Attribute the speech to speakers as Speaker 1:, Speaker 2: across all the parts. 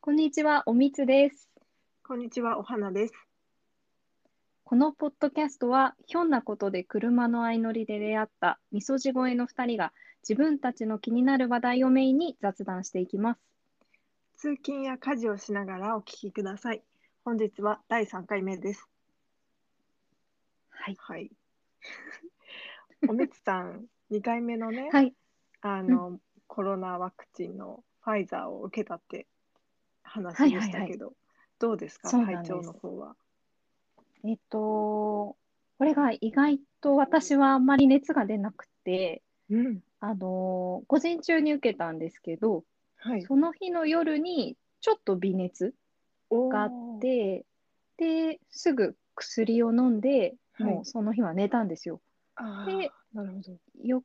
Speaker 1: こんにちは、おみつです。
Speaker 2: こんにちは、お花です。
Speaker 1: このポッドキャストは、ひょんなことで車の相乗りで出会ったみそじ越えの2人が、自分たちの気になる話題をメインに雑談していきます。
Speaker 2: 通勤や家事をしながらお聞きください。本日は第3回目です。
Speaker 1: はい。
Speaker 2: はい。 おみつさん、2回目のね、
Speaker 1: はい、
Speaker 2: あの、コロナワクチンのファイザーを受けたって話でしたけど、
Speaker 1: はいはい
Speaker 2: どうですか、
Speaker 1: そうなん
Speaker 2: 体
Speaker 1: です
Speaker 2: 調の方は。
Speaker 1: えっと、これが意外と私はあんまり熱が出なくて、
Speaker 2: うん。
Speaker 1: あの午前中に受けたんですけど、
Speaker 2: はい。
Speaker 1: その日の夜にちょっと微熱
Speaker 2: おー
Speaker 1: があって、で、すぐ薬を飲んで、もうその日は寝たんですよ。
Speaker 2: あ
Speaker 1: で
Speaker 2: ーなるほど。
Speaker 1: 翌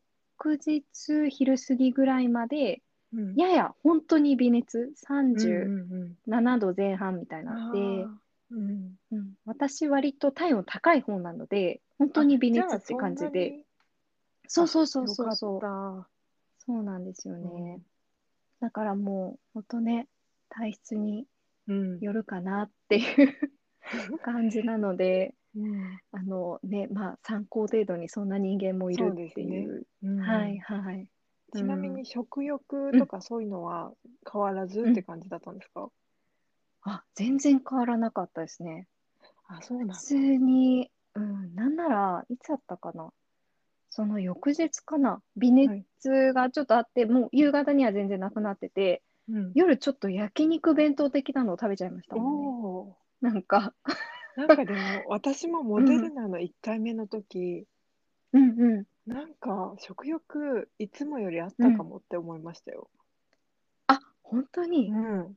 Speaker 1: 日昼過ぎぐらいまで
Speaker 2: うん
Speaker 1: やや本当に微熱
Speaker 2: うん
Speaker 1: 37
Speaker 2: うん
Speaker 1: 度前半みたい
Speaker 2: うん、
Speaker 1: な
Speaker 2: あ
Speaker 1: ので、
Speaker 2: ーうん、
Speaker 1: うん私割と体温高い方なので本当に微熱って感じでそうそうそう
Speaker 2: よ
Speaker 1: そ
Speaker 2: か
Speaker 1: う
Speaker 2: った
Speaker 1: そうそうなんですよね、だからもう本当ね体質に
Speaker 2: うん
Speaker 1: よるかなっていう 感じなのであのねまあ参考程度にそんな人間もいるっていう
Speaker 2: うん
Speaker 1: はいはい
Speaker 2: ちなみ
Speaker 1: う
Speaker 2: に食欲とかそういうのは変わらずって感じだったんですか、
Speaker 1: あ全然変わらなかったですね
Speaker 2: あ、そうなんだ
Speaker 1: 普通に、うん、なんならいつだったかなその翌日かな微熱がちょっとあって、もう夕方には全然なくなってて
Speaker 2: うん
Speaker 1: 夜ちょっと焼肉弁当的なのを食べちゃいましたもんね
Speaker 2: おお。
Speaker 1: なんか
Speaker 2: なんかでも私もモデルナの1回目の時、
Speaker 1: うんうん
Speaker 2: なんか食欲いつもよりあったかもって思いましたよ。
Speaker 1: あ本当に、
Speaker 2: うん。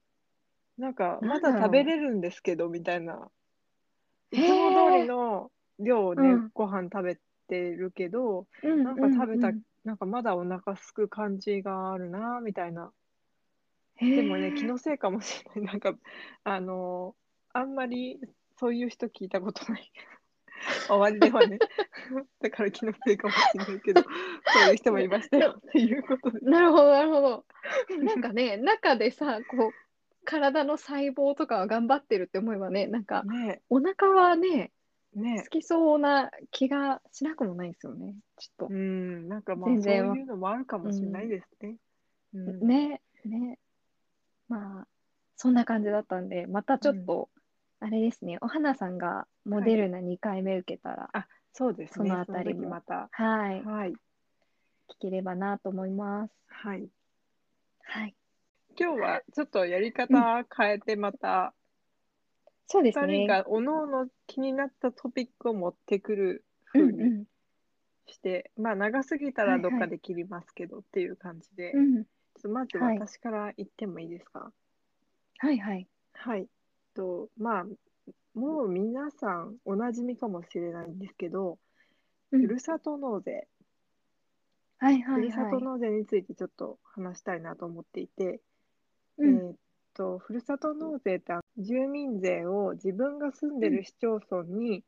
Speaker 2: なんか
Speaker 1: な
Speaker 2: ま
Speaker 1: んだろう
Speaker 2: だ食べれるんですけどみたいな。い
Speaker 1: へ
Speaker 2: つ
Speaker 1: ー
Speaker 2: も通りの量で
Speaker 1: うん
Speaker 2: ご飯食べてるけど、
Speaker 1: うん
Speaker 2: なんか食べた
Speaker 1: うん
Speaker 2: なんかまだお腹すく感じがあるなみたいな。
Speaker 1: うん
Speaker 2: でも
Speaker 1: へ
Speaker 2: ね、
Speaker 1: ー
Speaker 2: 気のせいかもしれない。 なんか、あのーあんまりそういう人聞いたことない。 終わりではね。 だから気のせいかもしれないけ ど、そういう人もいましたよっていうことで。
Speaker 1: なるほどなるほどなんかね 中でさこう体の細胞とかは頑張ってるって思えばねなんか
Speaker 2: ね
Speaker 1: お腹はね
Speaker 2: え、ね
Speaker 1: 好きそうな気がしなくもないですよねちょっ
Speaker 2: え、う
Speaker 1: と。
Speaker 2: ん、なんかまあ、
Speaker 1: 全
Speaker 2: そう
Speaker 1: 然
Speaker 2: いうのもあるかもしれないですね。うん、
Speaker 1: ねねまあそんな感じだったんでまたちょっと、あれですねお花さんがモデルナ2回目受けたら
Speaker 2: そうですね。
Speaker 1: そのあたりも
Speaker 2: その時また。
Speaker 1: はい、
Speaker 2: はい。
Speaker 1: 聞ければなと思います
Speaker 2: はい。
Speaker 1: はい
Speaker 2: 今日はちょっとやり方変えて、また、
Speaker 1: そうです
Speaker 2: 二人
Speaker 1: ね
Speaker 2: がおのおの気になったトピックを持ってくる
Speaker 1: う
Speaker 2: ふ
Speaker 1: ん
Speaker 2: う
Speaker 1: う
Speaker 2: に
Speaker 1: ん
Speaker 2: して、まあ長すぎた
Speaker 1: は
Speaker 2: ら
Speaker 1: いは
Speaker 2: ど
Speaker 1: い
Speaker 2: っかで切りますけどっていう感じで、
Speaker 1: うん
Speaker 2: ちょっとまず
Speaker 1: はい
Speaker 2: 私から言ってもいいですか。
Speaker 1: はいはい
Speaker 2: はい。とまあもう皆さんおなじみかもしれないんですけど、
Speaker 1: うん
Speaker 2: ふるさと納税、
Speaker 1: はいは
Speaker 2: ふ
Speaker 1: い
Speaker 2: るさ
Speaker 1: はい
Speaker 2: と納税についてちょっと話したいなと思っていて、
Speaker 1: う
Speaker 2: えーっとふるさと納税ってあの住民税を自分が住んでる市町村に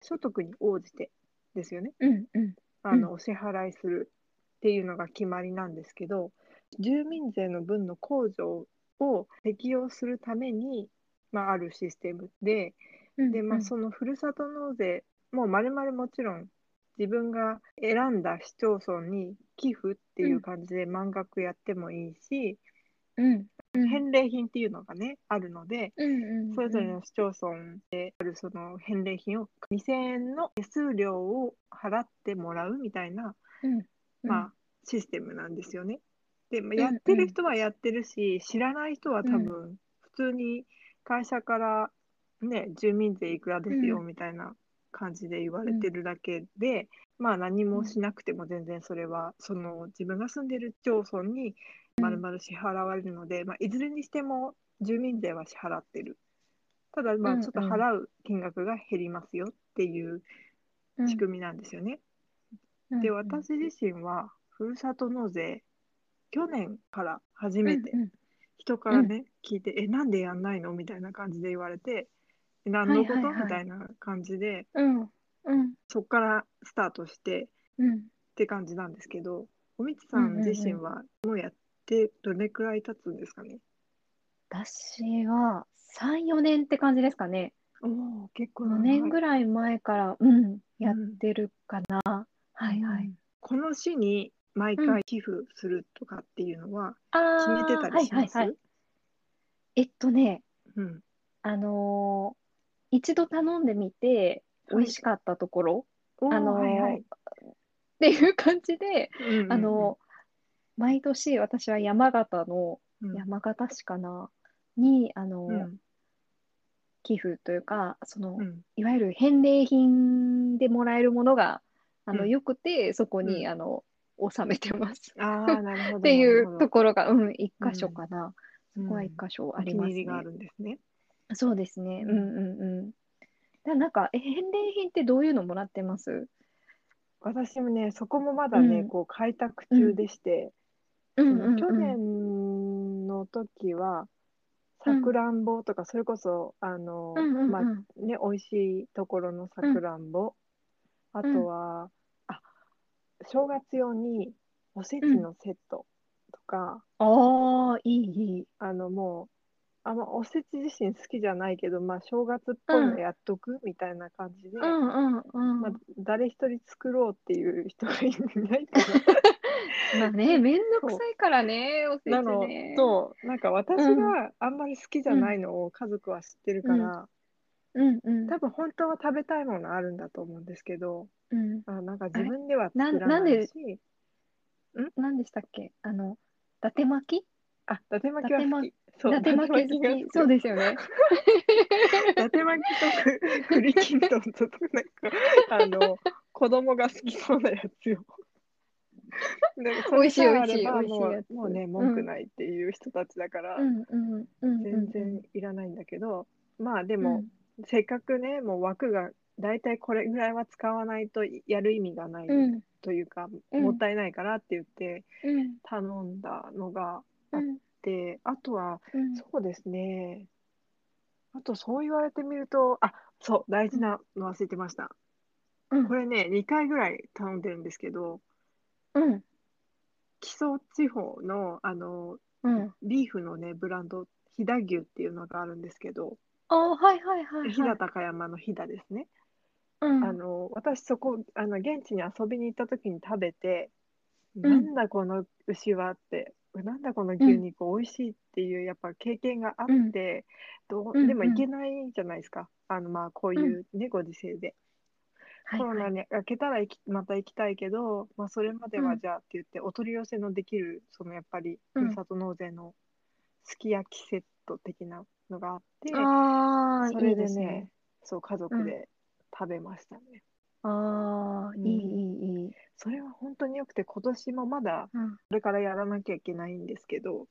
Speaker 2: 所得に応じてですよね。
Speaker 1: んうん
Speaker 2: あのお支払いするっていうのが決まりなんですけど、住民税の分の控除を適用するために、まあ、あるシステムで
Speaker 1: うん
Speaker 2: で、ま
Speaker 1: う
Speaker 2: あ、
Speaker 1: ん
Speaker 2: そのふるさと納税もう丸々もちろん自分が選んだ市町村に寄付っていう感じで満額やってもいいし、
Speaker 1: うんうん
Speaker 2: 返礼品っていうのがねあるので。
Speaker 1: うんうん
Speaker 2: それぞれの市町村であるその返礼品を2000円の手数料を払ってもらうみたいなまあ、システムなんですよね。で、まあ、
Speaker 1: ん
Speaker 2: やってる人はやってるし、知らない人は多
Speaker 1: う
Speaker 2: 分普通に会社から、ね、住民税いくらですよ
Speaker 1: うん
Speaker 2: みたいな感じで言われてるだけで、まあ何もしなくても全然それはその自分が住んでる町村にまるまる支払われるので、まあ、いずれにしても住民税は支払ってる。ただま
Speaker 1: う
Speaker 2: あ
Speaker 1: ん
Speaker 2: ちょっと払う金額が減りますよっていう
Speaker 1: うん
Speaker 2: 仕組みなんですよね。で
Speaker 1: うんうん
Speaker 2: 私自身はふるさと納税去年から初めて
Speaker 1: うんうん
Speaker 2: 人からね、聞いて「えなんでやんないの?」みたいな感じで言われて「え何のこと
Speaker 1: はいはいはい
Speaker 2: みたいな感じで
Speaker 1: うんうん
Speaker 2: そこからスタートして
Speaker 1: うん
Speaker 2: って感じなんですけどおみつさ
Speaker 1: うんうん
Speaker 2: ん
Speaker 1: うん
Speaker 2: 自身はもうやってどれくらい経つんですかね、
Speaker 1: 私は3、4年って感じですかね。
Speaker 2: おお、結構
Speaker 1: 4年ぐ
Speaker 2: い。
Speaker 1: らい前から、うん、やっ
Speaker 2: うん
Speaker 1: てるかな。はいはい。
Speaker 2: この市に毎
Speaker 1: う
Speaker 2: 回寄付するとかっていうのは
Speaker 1: あ
Speaker 2: 決めてた
Speaker 1: ーは
Speaker 2: り
Speaker 1: い
Speaker 2: し
Speaker 1: は
Speaker 2: ま
Speaker 1: い
Speaker 2: す。
Speaker 1: はい。えっとね、
Speaker 2: うん。
Speaker 1: あのー一度頼んでみて、美味しかったところ
Speaker 2: おー
Speaker 1: あのー
Speaker 2: はいはい。
Speaker 1: っていう感じで、
Speaker 2: うんうんうん
Speaker 1: あのー毎年私は山形の、
Speaker 2: うん
Speaker 1: 山形市かな、に、あのー
Speaker 2: うん
Speaker 1: 寄付というか、その、
Speaker 2: うん
Speaker 1: いわゆる返礼品でもらえるものが、あの、
Speaker 2: うん
Speaker 1: よくて、そこに、
Speaker 2: うん
Speaker 1: あの、納めてます。
Speaker 2: あ あ、なるほど。
Speaker 1: っていうと
Speaker 2: こ
Speaker 1: ころが、うん、一箇所かな。
Speaker 2: うん
Speaker 1: そこは一箇所あ
Speaker 2: お
Speaker 1: り
Speaker 2: 気
Speaker 1: ま
Speaker 2: に
Speaker 1: す
Speaker 2: 入り
Speaker 1: ね。
Speaker 2: があるんですね。
Speaker 1: そうですね。うんうんうん。だなんか、え返礼品ってどういうのもらってます
Speaker 2: 私もね、そこもまだね、
Speaker 1: うん
Speaker 2: こう開拓中でして、
Speaker 1: うん
Speaker 2: その去年の時は、
Speaker 1: うん
Speaker 2: さくらんぼとか、それこそ、あの、
Speaker 1: うんうんうん
Speaker 2: まあ、ね、美味しいところのさくらんぼ、
Speaker 1: ん
Speaker 2: あとは、あ、正月用におせちのセットとか、
Speaker 1: ああ、いい、いい。
Speaker 2: あの、もう、あんまおせち自身好きじゃないけど、まあ、正月っぽいのやっとくみたいな感じで、
Speaker 1: うんうんうん。
Speaker 2: ま
Speaker 1: ま
Speaker 2: あ、誰一人作ろうっていう人がいないから。
Speaker 1: あね、めんどくさいからね、 おせち
Speaker 2: なの
Speaker 1: ね。
Speaker 2: と、なんか私
Speaker 1: うん
Speaker 2: があんまり好きじゃないのを家族は知ってるから、
Speaker 1: うんうん。
Speaker 2: 多分本当は食べたいものあるんだと思うんですけど、
Speaker 1: うん。
Speaker 2: あなんか自分では
Speaker 1: あれ
Speaker 2: 作ら
Speaker 1: な
Speaker 2: なんいし、
Speaker 1: 何でしたっけあの、伊達巻き
Speaker 2: あ、伊達巻きは好き。そ
Speaker 1: 伊
Speaker 2: う、
Speaker 1: 達巻き好き。そう
Speaker 2: で
Speaker 1: ですよ ね。
Speaker 2: す。伊達巻きとく栗きんとんとなんか、あの、子供が好きそうなや つよ。なんかそれさえあれば
Speaker 1: 美味しい美味しい美味しい
Speaker 2: もう
Speaker 1: やつ
Speaker 2: もうね、文句ないっていう人たちだから、
Speaker 1: うんうんうんうんうん。
Speaker 2: 全然いらないんだけど、まあで
Speaker 1: で
Speaker 2: も、せっかくねもう枠が大体これぐらいは使わないとやる意味がない
Speaker 1: うん
Speaker 2: というか、
Speaker 1: うん
Speaker 2: もったいないからって言って
Speaker 1: うん
Speaker 2: 頼んだのがあっ
Speaker 1: うん
Speaker 2: てあとは
Speaker 1: うん。
Speaker 2: そうですねあとそう言われてみるとあそう大事なの忘れてました、
Speaker 1: うん
Speaker 2: これね2回ぐらい頼んでるんですけど
Speaker 1: うん
Speaker 2: 木曽地方のあの
Speaker 1: うん。
Speaker 2: リーフのねブランド飛騨牛っていうのがあるんですけど
Speaker 1: ああ、はいはいはい
Speaker 2: 飛
Speaker 1: は
Speaker 2: 騨
Speaker 1: い。
Speaker 2: 高山の飛騨ですね
Speaker 1: うん
Speaker 2: あの私そこあの現地に遊びに行った時に食べて、
Speaker 1: ん
Speaker 2: なんだこの牛はってなんだこの牛肉美味しいっていうやっぱ経験があって、ど
Speaker 1: うんう
Speaker 2: うんでもいけないじゃないですか、あのまあこういうね、ご時世で、
Speaker 1: はい
Speaker 2: コロナ
Speaker 1: はい
Speaker 2: に明けたら行きまた行きたいけど、まあ、それまで
Speaker 1: う
Speaker 2: は
Speaker 1: ん
Speaker 2: じゃあって言って、お取り寄せのできるそのやっぱり
Speaker 1: う
Speaker 2: ふ
Speaker 1: ん
Speaker 2: るさと納税のすき焼きセット的なのがあって、
Speaker 1: ああ、
Speaker 2: それ
Speaker 1: いい
Speaker 2: でね
Speaker 1: ですね。
Speaker 2: そう家族で食べましたね。
Speaker 1: ああ、いい、いい、いい。
Speaker 2: それは本当によくて今年もまだ
Speaker 1: うん
Speaker 2: これからやらなきゃいけないんですけど、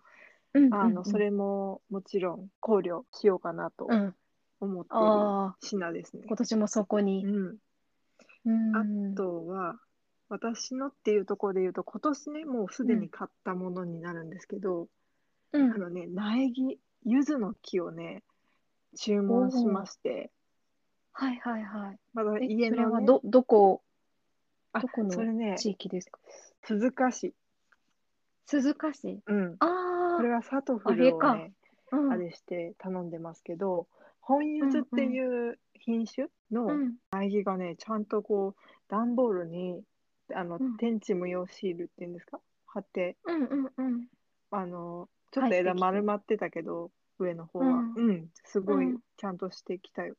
Speaker 1: うん
Speaker 2: あのそ
Speaker 1: れ、
Speaker 2: れももちろん考慮しようかなと
Speaker 1: うん、
Speaker 2: 思っている
Speaker 1: ああ、
Speaker 2: 品ですね。
Speaker 1: 今年もそこに。
Speaker 2: うん、
Speaker 1: うん、
Speaker 2: あとは私のっていうところで言うと今年ねもうすでに買ったものになるんですけど、
Speaker 1: うん
Speaker 2: あのね苗木柚子の木をね注文しまして
Speaker 1: はいはいはい。
Speaker 2: まだ
Speaker 1: え
Speaker 2: 家
Speaker 1: それ
Speaker 2: の、
Speaker 1: は
Speaker 2: ね、
Speaker 1: ど、どこ、
Speaker 2: あ
Speaker 1: どこの
Speaker 2: それね
Speaker 1: 地域ですか
Speaker 2: 鈴鹿市、
Speaker 1: 鈴鹿市。
Speaker 2: うん、
Speaker 1: あ
Speaker 2: こ
Speaker 1: あ
Speaker 2: れ、はサトフルを
Speaker 1: あれ
Speaker 2: ね
Speaker 1: うん
Speaker 2: あれして頼んでますけど、本柚子っていう品種
Speaker 1: う
Speaker 2: の
Speaker 1: ん
Speaker 2: 苗木がね、ちゃんとこう、段ボールに、あの
Speaker 1: うん、
Speaker 2: 天地無用シールっていうんですか貼って、
Speaker 1: うんうんうん。
Speaker 2: あの、ちょっと
Speaker 1: 入って
Speaker 2: 枝
Speaker 1: きて
Speaker 2: 丸まってたけど、上の方は、
Speaker 1: う
Speaker 2: うんん、すごい
Speaker 1: うん
Speaker 2: ちゃんとしてきたよ。うん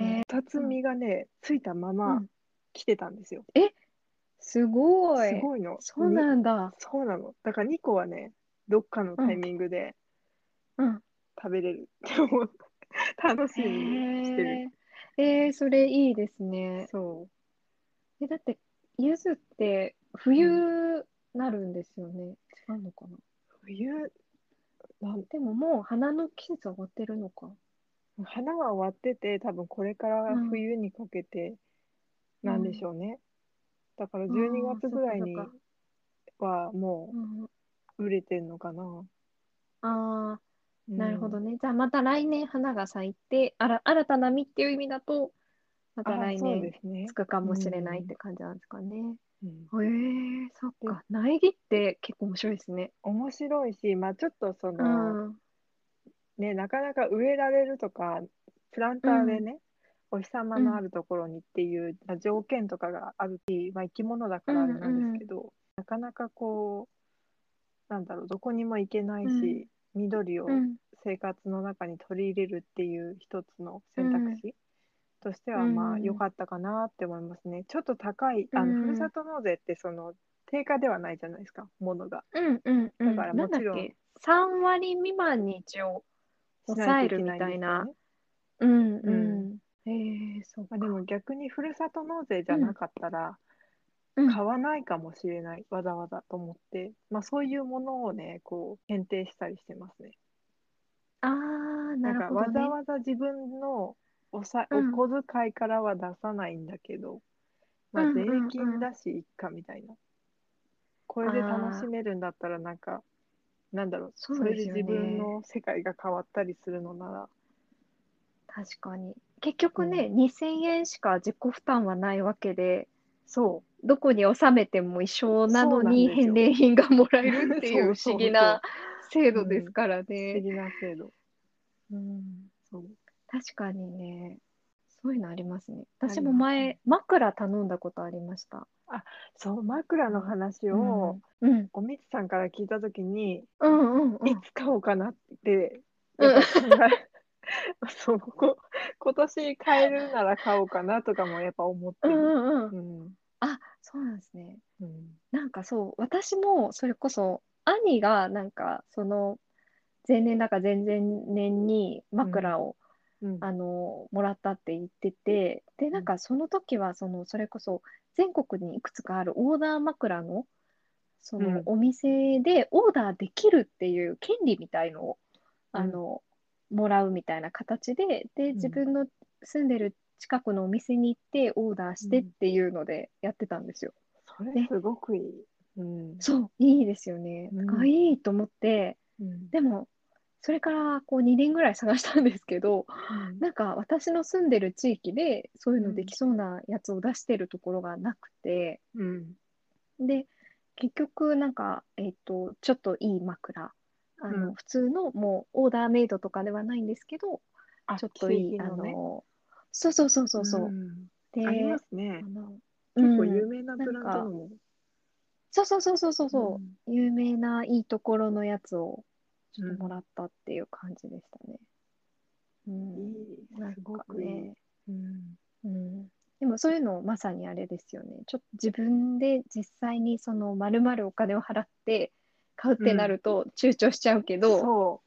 Speaker 1: へ
Speaker 2: 二つ実がね、ついたま
Speaker 1: う
Speaker 2: ま
Speaker 1: ん
Speaker 2: 来てたんですよ。
Speaker 1: すご
Speaker 2: す
Speaker 1: い。
Speaker 2: ごいの。
Speaker 1: そう
Speaker 2: に
Speaker 1: なんだ。
Speaker 2: そうなの。だから2個はね、どっかのタイミングで
Speaker 1: うん。
Speaker 2: 食べれるって思う。楽しみにしてる。
Speaker 1: へえ。えー、それいいですね。
Speaker 2: そう。
Speaker 1: え、だって、柚子って冬なるんですよね。違うのかな。
Speaker 2: 冬なん
Speaker 1: でももう花の季節終わってるのか。
Speaker 2: 花は終わってて多分これから
Speaker 1: うん
Speaker 2: 冬にかけてなんでしょうね、だから12
Speaker 1: あー
Speaker 2: 月ぐらいに
Speaker 1: そっかそっか
Speaker 2: はも
Speaker 1: うん、
Speaker 2: う売れてんのかな、
Speaker 1: ああ、
Speaker 2: うん
Speaker 1: なるほどね。じゃあまた来年花が咲いて、あら、新たな実っていう意味だと、ま
Speaker 2: あ
Speaker 1: た
Speaker 2: ー
Speaker 1: 来
Speaker 2: そう
Speaker 1: 年
Speaker 2: ですね
Speaker 1: つ、くかもしれないって感じなんですかね。
Speaker 2: う
Speaker 1: へ
Speaker 2: ん
Speaker 1: え、そっか。苗木って結構面白いですね。
Speaker 2: 面白いしまあちょっとそうの、
Speaker 1: ん。
Speaker 2: ね、なかなか植えられるとか、プランターでね、お日様のあるところにっていう、まあ条件とかがあるし、まあ、生き物だからあれなんですけど、なかなかこう、なんだろう、どこにも行けないし、緑を
Speaker 1: うん
Speaker 2: 生活の中に取り入れるっていう一つの選択肢としては
Speaker 1: うん
Speaker 2: まあ良かったかなって思いますね。ちょっと高いあ
Speaker 1: うん
Speaker 2: のふるさと納税ってその定価ではないじゃないですか、ものが。
Speaker 1: うんうんうん。
Speaker 2: だからもちろん
Speaker 1: なんだっけ3割未満に一応抑えるみたいな。うんうん。ええそう
Speaker 2: ま
Speaker 1: か。
Speaker 2: あ、でも逆にふるさと納税じゃなかったら
Speaker 1: うん
Speaker 2: 買わないかもしれない、わざわざと思って、まあ、そういうものをねこう検定したりしてますね。
Speaker 1: ああ、な
Speaker 2: なん
Speaker 1: る
Speaker 2: か
Speaker 1: ほど
Speaker 2: わざ
Speaker 1: ね。
Speaker 2: わざ自分のおさ、
Speaker 1: うん
Speaker 2: お小遣いからは出さないんだけど、まあ、
Speaker 1: うん
Speaker 2: 税
Speaker 1: うんうん
Speaker 2: 金だしいっかみたいな、これで楽しめるんだったらなんかなんだろう
Speaker 1: そう
Speaker 2: れ
Speaker 1: です
Speaker 2: で
Speaker 1: よね
Speaker 2: 自分の世界が変わったりするのなら
Speaker 1: 確かに。結局ね、2000円しか自己負担はないわけで、
Speaker 2: そ
Speaker 1: どこに納めても一緒なのに
Speaker 2: そうな
Speaker 1: 返
Speaker 2: んですよ
Speaker 1: 礼品がもらえるってい
Speaker 2: そう
Speaker 1: 不
Speaker 2: う そうそう
Speaker 1: 思議な制度ですから
Speaker 2: う不思
Speaker 1: ね。
Speaker 2: 議な制度。うんそう
Speaker 1: 確かにね。そういうのありますね。
Speaker 2: あります
Speaker 1: 私も前、枕頼んだことありました。
Speaker 2: そう枕の話を、
Speaker 1: うん、うん、
Speaker 2: おみつさんから聞いた時に、
Speaker 1: うんうんうん
Speaker 2: いつ買おうかなって、
Speaker 1: うん
Speaker 2: やっぱ考えそうこ今年買えるなら買おうかなとかもやっぱ思って
Speaker 1: う
Speaker 2: る。
Speaker 1: んうんう。
Speaker 2: うんん
Speaker 1: あ、そうなんですね。
Speaker 2: うん
Speaker 1: なんかそう、私もそれこそ兄がなんかその前年だか前々年に枕を、
Speaker 2: うん
Speaker 1: あのもらったって言ってて、でなんかその時はそのそれこそ全国にいくつかあるオーダー枕のその
Speaker 2: うん
Speaker 1: お店でオーダーできるっていう権利みたいのを
Speaker 2: うん
Speaker 1: あの、もらうみたいな形で、で
Speaker 2: ん
Speaker 1: 自分の住んでる近くのお店に行ってオーダーしてっていうのでやってたんですよ。
Speaker 2: それすごくいい。うん
Speaker 1: そう、いいですよね。
Speaker 2: うん
Speaker 1: あ、いいと思って、
Speaker 2: うん
Speaker 1: でも、それからこう2年ぐらい探したんですけど、なんか私の住んでる地域でそういうのできそうなやつを出してるところがなくて、
Speaker 2: うん
Speaker 1: で、結局なんか、えっと、ちょっといい枕、あの、
Speaker 2: うん
Speaker 1: 普通のもうオーダーメイドとかではないんですけど、
Speaker 2: あ
Speaker 1: ちょっとい
Speaker 2: 景
Speaker 1: い、あ
Speaker 2: 品のね
Speaker 1: の、そうそうそうそうそう。
Speaker 2: ん
Speaker 1: で、
Speaker 2: ありますね
Speaker 1: あ。の、
Speaker 2: 結構
Speaker 1: うん
Speaker 2: 有名なブランドのも。
Speaker 1: そうそうそうそうそうそう。
Speaker 2: ん
Speaker 1: 有名ないいところのやつをちょっ
Speaker 2: うん
Speaker 1: ともらったっていう感じでしたね。うん、
Speaker 2: いい
Speaker 1: なん
Speaker 2: すご
Speaker 1: か
Speaker 2: くいい。
Speaker 1: ね、
Speaker 2: うん
Speaker 1: うん、でもそういうのまさにあれですよね。ちょっと自分で実際にそのまるまるお金を払って買うってなると躊躇しちゃうけど、
Speaker 2: そ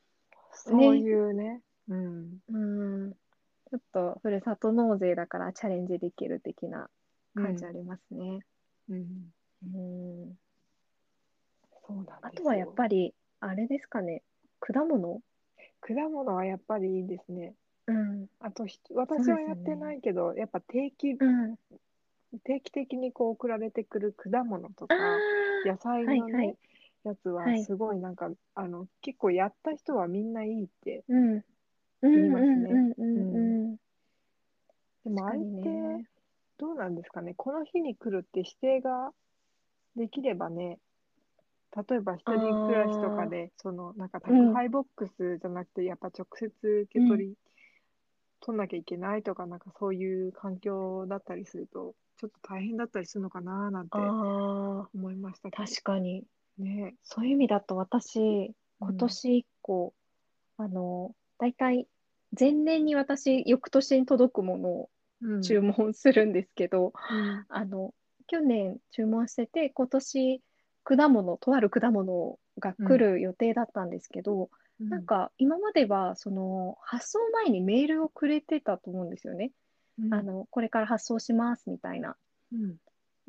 Speaker 2: うそういうね。うん
Speaker 1: うん、ちょっとふるさと納税だからチャレンジできる的な感じありますね。
Speaker 2: うん
Speaker 1: うん、
Speaker 2: そうなんですよ
Speaker 1: あとはやっぱりあれですかね、果物、
Speaker 2: 果物はやっぱりいいですね。
Speaker 1: うん、
Speaker 2: あとひ
Speaker 1: す
Speaker 2: 私
Speaker 1: よ
Speaker 2: は
Speaker 1: ね
Speaker 2: やってないけど、やっぱ定期
Speaker 1: うん、
Speaker 2: 定期的にこう送られてくる果物とか
Speaker 1: あー
Speaker 2: 野菜のね、
Speaker 1: はいはい
Speaker 2: やつは
Speaker 1: はい
Speaker 2: すごいなんか、あの結構やった人はみんないいって
Speaker 1: うん。
Speaker 2: 言いますね
Speaker 1: うんうんうんうんうん。
Speaker 2: でもあれって
Speaker 1: 確かにね
Speaker 2: どうなんですかねこの日に来るって指定ができればね例えば一人暮らしとかでそのなんか宅配ボックスじゃなくてやっぱ直接受け取り、取んなきゃいけないとかなんかそういう環境だったりするとちょっと大変だったりするのかななんて
Speaker 1: あ
Speaker 2: 思いました
Speaker 1: あ、
Speaker 2: けど
Speaker 1: 確かに。
Speaker 2: ね。
Speaker 1: そういう意味だと私、今年以降、あの、大体、前年に私、翌年に届くものを
Speaker 2: うん
Speaker 1: 注文するんですけど、
Speaker 2: うん
Speaker 1: あの、去年注文してて、今年、果物、とある果物が来る予定だったんですけど、
Speaker 2: うん
Speaker 1: なんか、今までは、その、発送前にメールをくれてたと思うんですよね。
Speaker 2: うん
Speaker 1: あの、これから発送します、みたいな。
Speaker 2: うん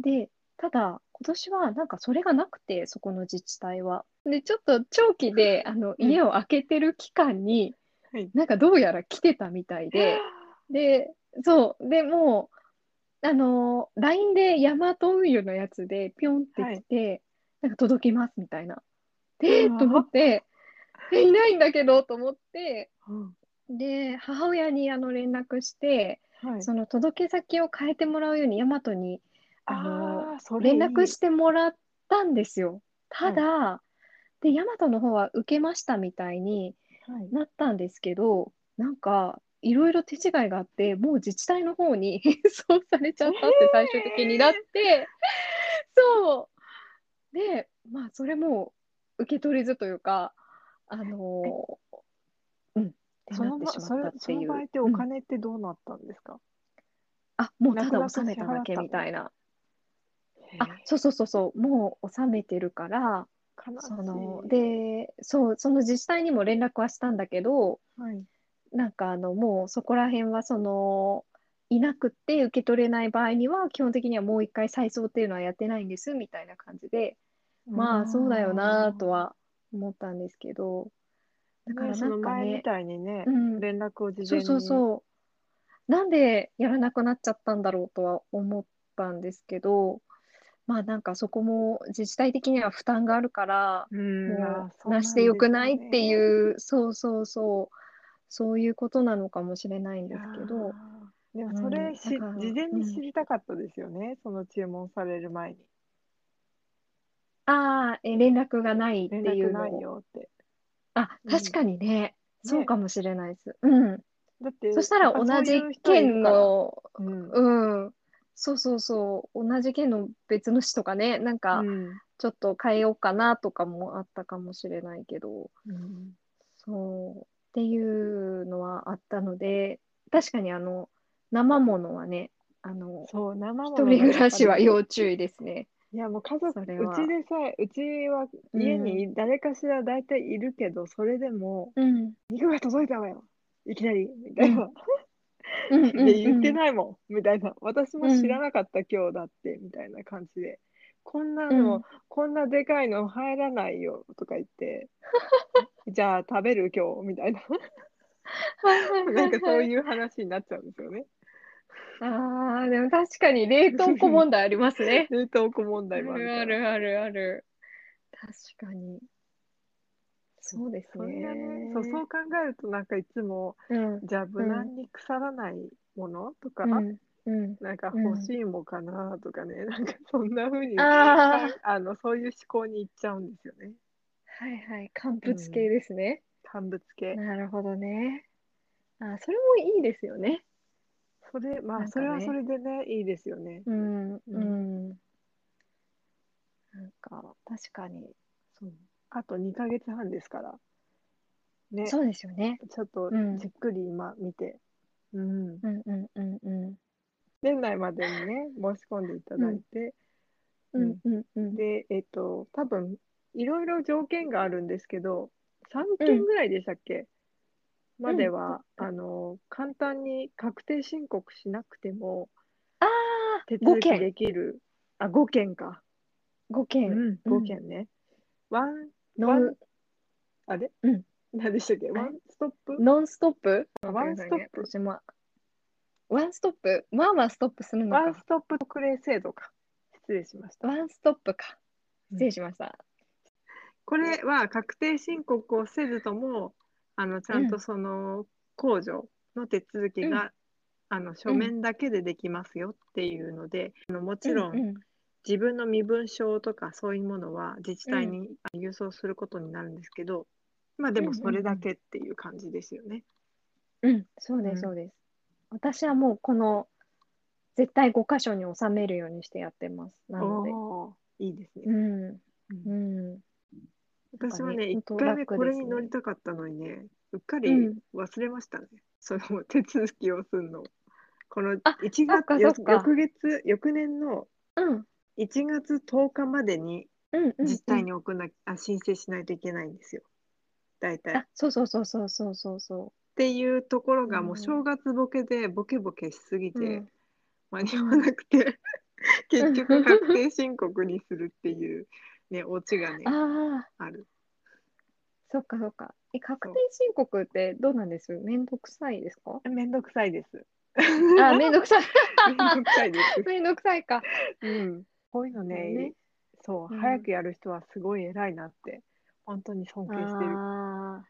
Speaker 1: で、ただ、今年はなんかそれがなくて、そこの自治体は。で、ちょっと長期であの
Speaker 2: うん
Speaker 1: 家を空けてる期間に、
Speaker 2: はい
Speaker 1: なんかどうやら来てたみたいで、で、そう、でもう、あのー、LINE でヤマト運輸のやつで、ピョンって来て、なんか届きますみたいな。で、
Speaker 2: うわ
Speaker 1: と思って、え、いないんだけど、と思って、
Speaker 2: うん
Speaker 1: で、母親にあの連絡して、
Speaker 2: はい、
Speaker 1: その届け先を変えてもらうように、ヤマトに、あのー、
Speaker 2: あーそれいい
Speaker 1: 連絡してもらったんですよ。ただ、で、ヤマトの方は受けましたみたいに、
Speaker 2: はい
Speaker 1: なったんですけど、なんかいろいろ手違いがあって、もう自治体の方に 返送されちゃったって最終的になって、そう。で、まあそれも受け取り図というか、あのーうん、って
Speaker 2: そ
Speaker 1: な
Speaker 2: の
Speaker 1: って
Speaker 2: 場
Speaker 1: しま
Speaker 2: そ
Speaker 1: った
Speaker 2: れ
Speaker 1: っ
Speaker 2: そ
Speaker 1: てい
Speaker 2: の
Speaker 1: う。
Speaker 2: 場合ってお金ってどうなったんですか、
Speaker 1: あ、もうただ
Speaker 2: なくなく
Speaker 1: 納めただけ
Speaker 2: 支払ったの
Speaker 1: みたいな。
Speaker 2: へえ
Speaker 1: あ、そうそうそうそう、もう納めてるから、
Speaker 2: 悲しい
Speaker 1: その、で、そう、その自治体にも連絡はしたんだけど、
Speaker 2: はい
Speaker 1: なんかあの、もうそこら辺はその、いなくって受け取れない場合には、基本的にはもう一回再送っていうのはやってないんですみたいな感じで、まあそうだよなとは思ったんですけど、だ
Speaker 2: だ
Speaker 1: か
Speaker 2: からら
Speaker 1: な
Speaker 2: その
Speaker 1: んか
Speaker 2: 前み
Speaker 1: ね、
Speaker 2: たいにね
Speaker 1: う、ん、
Speaker 2: 連絡を事
Speaker 1: そ
Speaker 2: 前
Speaker 1: う
Speaker 2: に
Speaker 1: そうそう。なんでやらなくなっちゃったんだろうとは思ったんですけど、まあなんかそこも自治体的には負担があるから、
Speaker 2: うん
Speaker 1: も
Speaker 2: あそう
Speaker 1: なしてよくないって
Speaker 2: う
Speaker 1: いう、そうそうそう、そういうことなのかもしれないん
Speaker 2: ん
Speaker 1: で
Speaker 2: ですす
Speaker 1: け
Speaker 2: よね
Speaker 1: ど、
Speaker 2: いやーでも
Speaker 1: う
Speaker 2: そ
Speaker 1: ん
Speaker 2: れし、
Speaker 1: だから
Speaker 2: 事前
Speaker 1: うん
Speaker 2: に知りたかったですよね、その注文される前に
Speaker 1: ああ、え連絡がないって
Speaker 2: 連
Speaker 1: いう
Speaker 2: 絡
Speaker 1: の
Speaker 2: ない
Speaker 1: を。
Speaker 2: よって
Speaker 1: あ、
Speaker 2: うん
Speaker 1: 確かにね、そう
Speaker 2: ね
Speaker 1: かもしれないです。うん。
Speaker 2: だって
Speaker 1: そしたら
Speaker 2: やっぱ
Speaker 1: 同
Speaker 2: そう
Speaker 1: じ
Speaker 2: いう人はいる
Speaker 1: 県
Speaker 2: から
Speaker 1: の、
Speaker 2: うん
Speaker 1: うん、そうそうそう、同じ県の別の市とかね、なん
Speaker 2: う
Speaker 1: か
Speaker 2: ん
Speaker 1: ちょっと変えようかなとかもあったかもしれないけど、
Speaker 2: うん
Speaker 1: そう、っていうのはあったので、確かにあの、生ものはね、あの、
Speaker 2: そう生もの
Speaker 1: 一人暮らしは
Speaker 2: やっぱ
Speaker 1: 要注意ですね。
Speaker 2: りいやもう家族
Speaker 1: それ
Speaker 2: う
Speaker 1: は
Speaker 2: ちでさえうちは家に誰かしら大体いるけど、それでも
Speaker 1: うん、
Speaker 2: 肉が届いたわよいきなりみたいな、
Speaker 1: うん、うん、
Speaker 2: で言って
Speaker 1: うん、
Speaker 2: ないもんみたいな私も知らなかった、今日だってみたいな感じでこんなの、
Speaker 1: うん
Speaker 2: こんなでかいの入らないよとか言って じゃあ食べる今日み たいな
Speaker 1: はいはい
Speaker 2: なんかそう
Speaker 1: はい
Speaker 2: いう話になっちゃうんですよ
Speaker 1: は
Speaker 2: ね
Speaker 1: い。ああ、でも確かに冷凍庫問題ありますね。
Speaker 2: 冷凍庫問題もあるから
Speaker 1: あるあるある。確かに。そうです
Speaker 2: それがね
Speaker 1: ね。
Speaker 2: そうそう考えるとなんかいつも
Speaker 1: うん。
Speaker 2: じゃあ無難に腐らないものとか、
Speaker 1: うん。うん。
Speaker 2: なんか欲しいもんかなとかね、 なんかそんな風に
Speaker 1: ああ、
Speaker 2: あのそういう思考にいっちゃうんですよね
Speaker 1: はいはい。乾物系ですね。
Speaker 2: 乾物系
Speaker 1: なるほどね。あー、それもいいですよね。
Speaker 2: それまあ、
Speaker 1: なんかね
Speaker 2: それはそれでねいいですよね
Speaker 1: うん。
Speaker 2: ん
Speaker 1: うん。なんか、確かに。
Speaker 2: そうあと2ヶ月半ですからねち
Speaker 1: そうですよね。
Speaker 2: ょっと
Speaker 1: うん
Speaker 2: じっくり今見て、うん
Speaker 1: うんうんうんうん。
Speaker 2: 年内までにね申し込んでいただいて、
Speaker 1: うんうんうん。
Speaker 2: でえっと多分いろいろ条件があるんですけど3件ぐらいでしたっけ、までは、あの簡単に確定申告しなくても
Speaker 1: ああ、
Speaker 2: 手
Speaker 1: 5
Speaker 2: 続き
Speaker 1: 件。
Speaker 2: できるあ5件か、
Speaker 1: 5
Speaker 2: う
Speaker 1: 件。
Speaker 2: ん、
Speaker 1: うん
Speaker 2: 5件ね、ワン
Speaker 1: ノン、
Speaker 2: あれ、
Speaker 1: うん
Speaker 2: 何でしたっけワンストップ
Speaker 1: ノンストップ
Speaker 2: ワンストップ
Speaker 1: 私も。ワンストップまあまあストップするの
Speaker 2: ワン
Speaker 1: か
Speaker 2: ス。トップ特例制度か。失礼しました。
Speaker 1: ワンストップか。
Speaker 2: うん
Speaker 1: 失礼しました。
Speaker 2: これは確定申告をせずとも、あのちゃんとその控除の手続きが、あの書面だけでできますよっていうので、あのもちろ
Speaker 1: うん
Speaker 2: ん
Speaker 1: うん
Speaker 2: 自分の身分証とかそういうものは自治体にあ郵送することになるんですけど、まあで
Speaker 1: う
Speaker 2: も
Speaker 1: んうんうん
Speaker 2: それだけっていう感じですよね。
Speaker 1: うん、そうで
Speaker 2: うん
Speaker 1: す、そうです。私はもうこの絶対5箇所に収めるようにしてやってます。なので。
Speaker 2: おーいいです
Speaker 1: う
Speaker 2: ね。
Speaker 1: ん。
Speaker 2: う
Speaker 1: うんん。
Speaker 2: 私はね、
Speaker 1: なん
Speaker 2: 一
Speaker 1: かねほんと楽で
Speaker 2: 回目
Speaker 1: すね
Speaker 2: これに乗りたかったのにね、うっかり
Speaker 1: うん
Speaker 2: 忘れましたね。その手続きをするの。この1
Speaker 1: あ
Speaker 2: 月
Speaker 1: そっか
Speaker 2: よ
Speaker 1: そっか
Speaker 2: 翌月、翌年の
Speaker 1: うん。
Speaker 2: 1月10日までに
Speaker 1: うん。うん
Speaker 2: 自治体に送んな、あ申請しないといけないんですよ。大体。っ
Speaker 1: あ、そうそうそうそうそうそうそ
Speaker 2: ていうところがも
Speaker 1: う
Speaker 2: う
Speaker 1: ん
Speaker 2: 正月ボケでボケボケしすぎ
Speaker 1: う。
Speaker 2: て間に合わな くて、結局確定申告にするっていうね、オチがね
Speaker 1: う、ん、ああ、
Speaker 2: ある。
Speaker 1: そっかそっか。え、確定申告ってどうなんですめんどくさいです か
Speaker 2: めんどくさいです。
Speaker 1: あ、めんどくさい。
Speaker 2: めんどくさいです。
Speaker 1: めんどくさいか。
Speaker 2: うん、こういうのね、
Speaker 1: ね
Speaker 2: そう、
Speaker 1: うん
Speaker 2: 早くやる人はすごい偉いなって、本当に尊敬してる。
Speaker 1: ああ。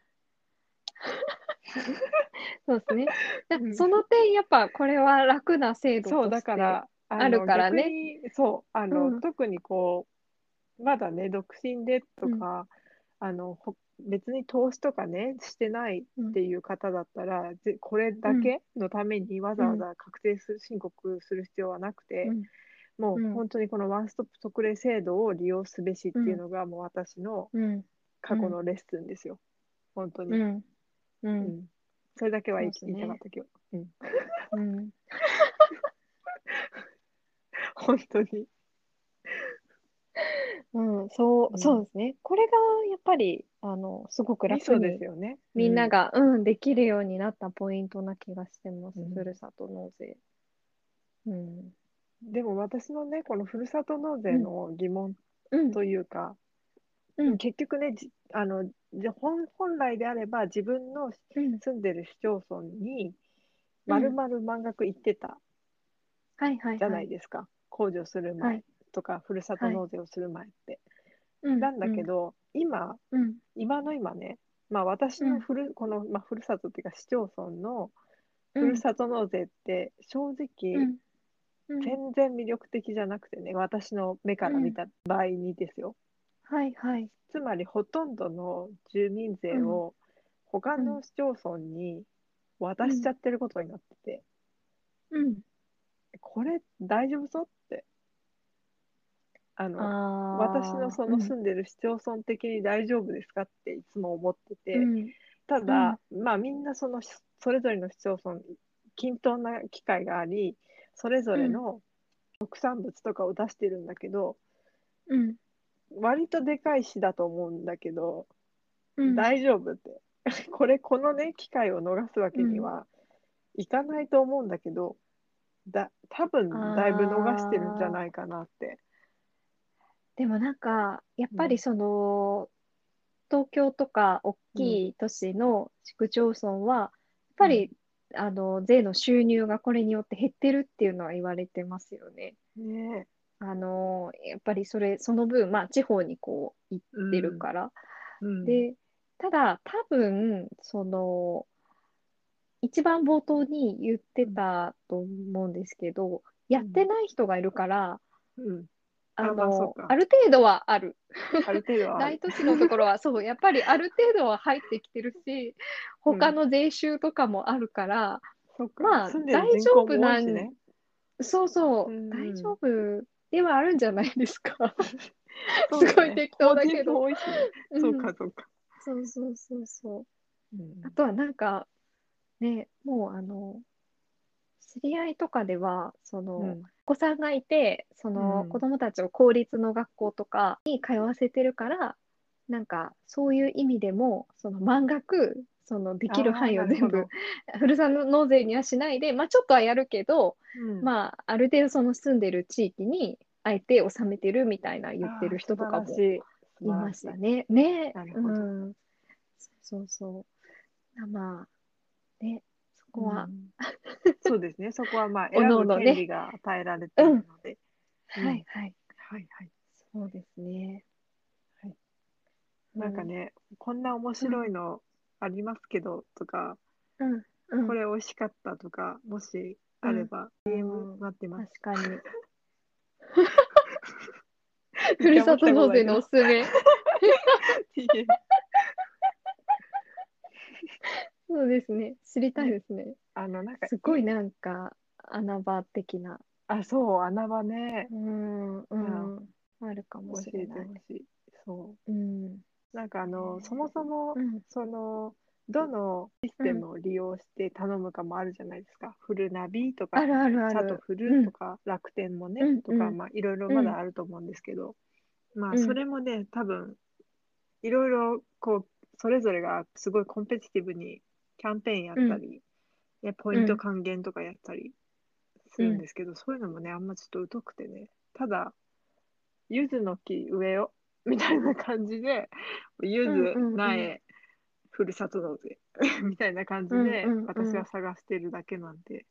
Speaker 1: そうですね。だ
Speaker 2: うん
Speaker 1: その点、やっぱこれは楽な制度として。
Speaker 2: そう、だか、ら、あ
Speaker 1: あるからね
Speaker 2: 逆にそう、あの、
Speaker 1: うん
Speaker 2: 特にこう、まだね、独身でとか、あの、ほ別に投資とかねしてない
Speaker 1: うん
Speaker 2: っていう方だったら、ぜこれだけのためにわざわざ確定する申告する必要はなくて、も
Speaker 1: うん
Speaker 2: う本当にこのワンストップ特例制度を利用すべしっていうのがもう私の
Speaker 1: うん
Speaker 2: 過去のレッスンですよ、本当に、
Speaker 1: うんうんう
Speaker 2: うんんそれだけは言い
Speaker 1: そうですね
Speaker 2: 言いたかった今日、うん、
Speaker 1: うん
Speaker 2: 本当に、
Speaker 1: うん、そうう、
Speaker 2: ん
Speaker 1: そうですね。これがやっぱり、あの、すごく楽
Speaker 2: そうで
Speaker 1: に
Speaker 2: すよね
Speaker 1: みんな、が、うん、できるようになったポイントな気がしてます。
Speaker 2: うん
Speaker 1: ふるさと納税。うん。
Speaker 2: うんでも私のねこのふるさと納税の疑問
Speaker 1: うん、
Speaker 2: というか、
Speaker 1: うん
Speaker 2: 結局ねじあのじ本本来であれば自分の
Speaker 1: うん。
Speaker 2: 住んでる市町村に
Speaker 1: うん
Speaker 2: まるまる満額行ってた
Speaker 1: はいはい
Speaker 2: じゃな
Speaker 1: はいい。
Speaker 2: ですか、控除する
Speaker 1: は
Speaker 2: 前
Speaker 1: い。
Speaker 2: とか、ふるさと納税をする前って、
Speaker 1: うん、
Speaker 2: なんだけど、今
Speaker 1: うん、うん、
Speaker 2: 今の今ね、まあ、私のふる、この、まあ、ふるさとっていうか市町村のふるさと納税って正直、
Speaker 1: うん、うん、
Speaker 2: 全然魅力的じゃなくてね私の目から見た場合にですよ、
Speaker 1: はいはい。
Speaker 2: つまりほとんどの住民税を他の市町村に渡しちゃってることになってて、
Speaker 1: うん。
Speaker 2: これ大丈夫そうってあの
Speaker 1: あ
Speaker 2: 私のその
Speaker 1: ん
Speaker 2: 住んでる市町村的に大丈夫ですかっていつも思ってて、
Speaker 1: うん、
Speaker 2: ただ、まあみんなそのそれぞれの市町村均等な機会がありそれぞれの特産物とかを出してるんだけど、
Speaker 1: うん、
Speaker 2: 割とでかい市だと思うんだけど、
Speaker 1: うん。
Speaker 2: 大丈夫って これこのね機会を逃すわけにはいかないと思うんだけど、だ多分だいぶ逃してるんじゃないかなって。
Speaker 1: でもなんか、やっぱ
Speaker 2: うん
Speaker 1: りその、東京とか大きい都市の市区町村は、やっぱり、あの、税の収入がこれによって減ってるっていうのは言われてますよね。
Speaker 2: ね
Speaker 1: あの、やっぱりそれ、その分、まあ、地方にこう、行
Speaker 2: え
Speaker 1: ってるから。
Speaker 2: うん
Speaker 1: で、ただ、多分、その、一番冒頭に言ってたと思うんですけど、やってない人がいるから、
Speaker 2: うん、
Speaker 1: あ
Speaker 2: あまあそう
Speaker 1: の、
Speaker 2: か
Speaker 1: ある程度はある。
Speaker 2: ある程度はあ
Speaker 1: 大
Speaker 2: る
Speaker 1: 都市のところは そうやっぱりある程度は入ってきてるし
Speaker 2: うん
Speaker 1: 他の税収とかもあるから、
Speaker 2: そっか
Speaker 1: まあ
Speaker 2: 住んでる人口も多いしね
Speaker 1: そうそう、
Speaker 2: うん
Speaker 1: 大丈夫ではあるんじゃないですか
Speaker 2: そう
Speaker 1: す
Speaker 2: だね
Speaker 1: ごい適当だけ
Speaker 2: 法人も
Speaker 1: ど、
Speaker 2: 多いしね
Speaker 1: うん
Speaker 2: そうかそうか、
Speaker 1: そうそうそうそう
Speaker 2: うん
Speaker 1: あとはなんかねもうあの知り合いとかではその、
Speaker 2: うん
Speaker 1: お子さんがいてその、
Speaker 2: うん
Speaker 1: 子供たちを公立の学校とかに通わせてるからなんかそういう意味でもその満額そのできる範囲を全
Speaker 2: あーな
Speaker 1: 部
Speaker 2: るほ
Speaker 1: ふるさと納税にはしないで、まあ、ちょっとはやるけど、
Speaker 2: どうん
Speaker 1: まあ、ある程度その住んでる地域にあえて納めてるみたいな言ってる人とか
Speaker 2: あー素
Speaker 1: もい
Speaker 2: 晴らしい素晴ら
Speaker 1: まし
Speaker 2: しい
Speaker 1: たね。ね
Speaker 2: なるほ
Speaker 1: う
Speaker 2: ど
Speaker 1: ん、そうそう。まあねそこは
Speaker 2: う、んそうですねそこはまあ
Speaker 1: お
Speaker 2: 選
Speaker 1: のお
Speaker 2: ぶ
Speaker 1: のね
Speaker 2: 権利が与えられているので、うん
Speaker 1: はいはい
Speaker 2: はいはい
Speaker 1: そうですね。
Speaker 2: はいなんかね、こんな面白いのありますけどとか、
Speaker 1: うん、うんうん
Speaker 2: これ美味しかったとかもしあれば DM 待ってます、
Speaker 1: 確か に。ふるさと納税のおすすめ。
Speaker 2: DM
Speaker 1: そうですね。知りたいですね。
Speaker 2: あのなんか
Speaker 1: すごいなんか穴場的な。
Speaker 2: あそう穴場ね
Speaker 1: うん、うん。あるかも
Speaker 2: 教
Speaker 1: し
Speaker 2: え
Speaker 1: れ
Speaker 2: て
Speaker 1: な
Speaker 2: ほ
Speaker 1: い。
Speaker 2: しいそ
Speaker 1: うん。
Speaker 2: うなんかあの
Speaker 1: ね
Speaker 2: そもそも、
Speaker 1: うん。
Speaker 2: そのどのシステムを利用して頼むかもあるじゃないですか、フルナビとか
Speaker 1: あるあるあ
Speaker 2: チャト
Speaker 1: る。
Speaker 2: フルとか、楽天もね、
Speaker 1: うん
Speaker 2: とか、
Speaker 1: うん
Speaker 2: まあ、いろいろまだあると思うんですけど、ま
Speaker 1: う
Speaker 2: あ
Speaker 1: ん
Speaker 2: それもね多分いろいろこうそれぞれがすごいコンペティティブにキャンペーンやったり、ねポイント還元とかやったりするんですけど、そういうのもねあんまちょっと疎くてねただ柚子の木植えよみたいな感じで柚
Speaker 1: うんうんう
Speaker 2: 子
Speaker 1: ん
Speaker 2: 苗、ふるさと納税みたいな感じで
Speaker 1: うんうんうん
Speaker 2: 私は探してるだけなんで、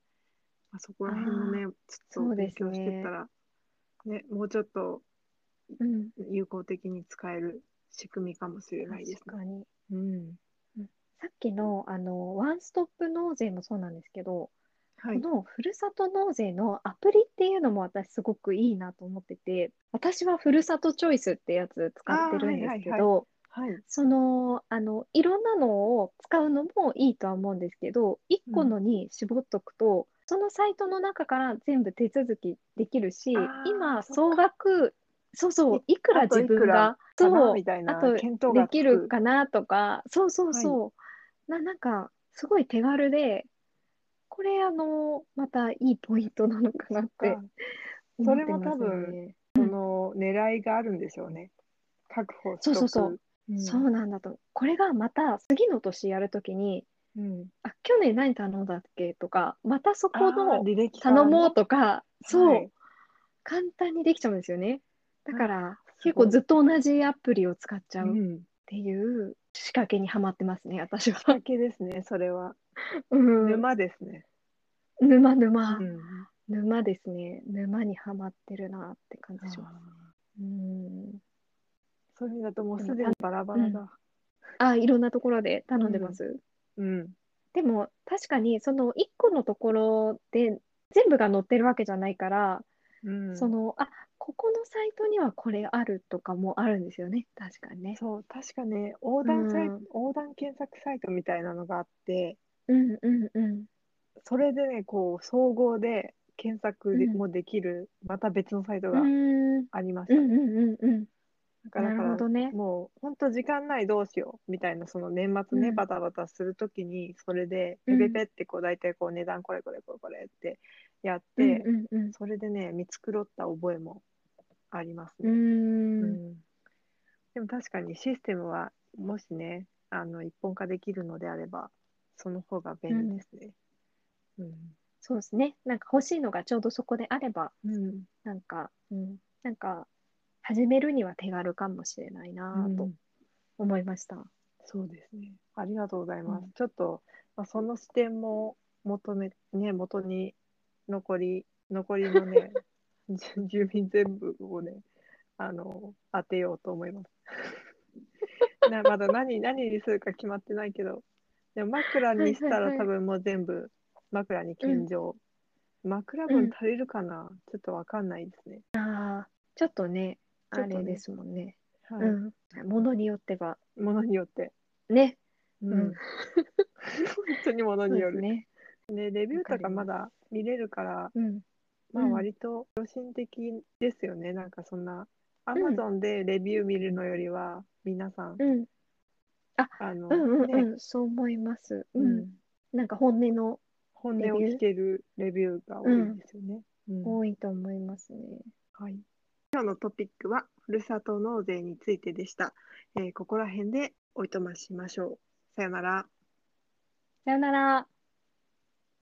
Speaker 2: まあ、そこら辺もねちょっ
Speaker 1: そ
Speaker 2: と
Speaker 1: うで
Speaker 2: 勉
Speaker 1: す
Speaker 2: 強
Speaker 1: ね
Speaker 2: してったら、ねもうちょっと
Speaker 1: うん。
Speaker 2: 有効的に使える仕組みかもしれないです
Speaker 1: 確
Speaker 2: ね。
Speaker 1: かに。
Speaker 2: うん
Speaker 1: さっきの、あの、ワンストップ納税もそうなんですけど、
Speaker 2: はい
Speaker 1: このふるさと納税のアプリっていうのも私すごくいいなと思ってて、私はふるさとチョイスってやつ使ってるんですけ
Speaker 2: あーはいはい
Speaker 1: ど、
Speaker 2: はい。
Speaker 1: その、あの、いろんなのを使うのもいいとは思うんですけど、一個のに絞っとくと、そのサイトの中から全部手続きできるし
Speaker 2: あー、
Speaker 1: 今、
Speaker 2: そ
Speaker 1: 総
Speaker 2: っか
Speaker 1: 額、そうそう、いくら
Speaker 2: あと
Speaker 1: 自
Speaker 2: いく
Speaker 1: 分
Speaker 2: ら
Speaker 1: が、
Speaker 2: かな
Speaker 1: そう、
Speaker 2: みたいな
Speaker 1: あと
Speaker 2: 見当が
Speaker 1: できるかなとか、そうそう
Speaker 2: はい
Speaker 1: そう、な、なんか、すごい手軽で、これ、あの、またいいポイントなのかなっ
Speaker 2: つく
Speaker 1: て
Speaker 2: か
Speaker 1: 思
Speaker 2: そ
Speaker 1: っ
Speaker 2: れ
Speaker 1: て
Speaker 2: も
Speaker 1: ま
Speaker 2: 多
Speaker 1: す
Speaker 2: 分
Speaker 1: ね。
Speaker 2: その狙いがあるんでしょうね。確保しとく。
Speaker 1: そうそう
Speaker 2: うん
Speaker 1: そうなんだと思う。これがまた次の年やるときに、
Speaker 2: うん。
Speaker 1: あ、去年何頼んだっけとか、またそ
Speaker 2: あ
Speaker 1: こ
Speaker 2: ー
Speaker 1: の
Speaker 2: 履歴からね
Speaker 1: 頼もうとか、そう、
Speaker 2: はい
Speaker 1: 簡単にできちゃうんですよね。だから、
Speaker 2: すご
Speaker 1: 結構
Speaker 2: い
Speaker 1: ずっと同じアプリを使っちゃ
Speaker 2: う
Speaker 1: うっ
Speaker 2: ん。
Speaker 1: ていう仕掛けにはまってますね、私は。
Speaker 2: だけですね。それは
Speaker 1: うん、
Speaker 2: 沼ですね。
Speaker 1: 沼、沼、
Speaker 2: うん。
Speaker 1: 沼ですね。沼にはまってるなって感じします。うん。
Speaker 2: そういう意味だともうすでにバラバラだ。
Speaker 1: あ、いろんなところで頼んでます。
Speaker 2: うん。
Speaker 1: でも確かにその1個のところで全部が載ってるわけじゃないから、
Speaker 2: うん。
Speaker 1: そのあここのサイトにはこれあるとかもあるんですよね確かにね。
Speaker 2: そう確かね横断サイ
Speaker 1: うん
Speaker 2: 横断検索サイトみたいなのがあって
Speaker 1: うんうんうん。
Speaker 2: それでねこう総合で検索で
Speaker 1: うん
Speaker 2: もできる、また別のサイト
Speaker 1: う
Speaker 2: が
Speaker 1: ん
Speaker 2: ありまし
Speaker 1: う
Speaker 2: た、
Speaker 1: んうんうんうん。
Speaker 2: だか
Speaker 1: な
Speaker 2: らだ
Speaker 1: る
Speaker 2: から
Speaker 1: ほどね。
Speaker 2: もう本当時間ないどうしようみたいなその年末ね、
Speaker 1: うん
Speaker 2: バタバタするときにそれで
Speaker 1: う
Speaker 2: ペ
Speaker 1: ん
Speaker 2: ペペってこう大体こう値段これこれこれこれってやって、
Speaker 1: うんうんうん。
Speaker 2: それでね見繕った覚えもあります
Speaker 1: う
Speaker 2: ね。うんんでも確かにシステムはもしねあの一本化できるのであればその方が便利ですね。うん
Speaker 1: そうですね。なんか欲しいのがちょうどそこであれば
Speaker 2: うん
Speaker 1: なんか、うん、なんか始めるには手軽かもしれないなと思いました。
Speaker 2: そうですね。ありがとうございます。
Speaker 1: うん
Speaker 2: ちょっと、まあ、その視点も求めね元に残り残り のねじゅ住民全部をねあの当てようと思います。 なまだ何何にするか決まってないけど、でも枕にした
Speaker 1: はいは
Speaker 2: ら
Speaker 1: いはい
Speaker 2: 多分もう全部枕に献上。枕分足りるかな、ちょっとわかんないですね。
Speaker 1: ああちょっとね
Speaker 2: ちょ
Speaker 1: あ
Speaker 2: っと
Speaker 1: れ
Speaker 2: ね
Speaker 1: ですもんね。
Speaker 2: は
Speaker 1: う
Speaker 2: い。
Speaker 1: ん。ものによっては
Speaker 2: ものによって。
Speaker 1: ね。
Speaker 2: うん
Speaker 1: うん
Speaker 2: 本当にもの
Speaker 1: そう
Speaker 2: に
Speaker 1: で
Speaker 2: よ
Speaker 1: す
Speaker 2: る。
Speaker 1: ね。
Speaker 2: ね、レビューと
Speaker 1: わか
Speaker 2: か
Speaker 1: りま
Speaker 2: ますだ見れるから、
Speaker 1: うん。
Speaker 2: まあ
Speaker 1: うん
Speaker 2: 割と良心的ですよね。なんかそんな、ア
Speaker 1: う
Speaker 2: マ
Speaker 1: ん
Speaker 2: ゾンでレビュー見るのよりは、皆さん、
Speaker 1: うん。
Speaker 2: あの、
Speaker 1: うんうんう
Speaker 2: ね、
Speaker 1: ん、そう思います。う、
Speaker 2: うんん
Speaker 1: なんか本音の
Speaker 2: 本音を
Speaker 1: レビュー
Speaker 2: 聞けるレビューが多いですよね。うん
Speaker 1: 多いと思いますね。
Speaker 2: はい。今日のトピックは、ふるさと納税についてでした。えーここら辺でおいとましましょう。さよなら。
Speaker 1: さよなら。